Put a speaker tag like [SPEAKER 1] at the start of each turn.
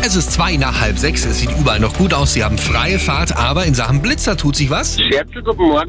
[SPEAKER 1] Es ist zwei nach halb sechs, es sieht überall noch gut aus, Sie haben freie Fahrt, aber in Sachen Blitzer tut sich was.
[SPEAKER 2] Scherzel, guten Morgen.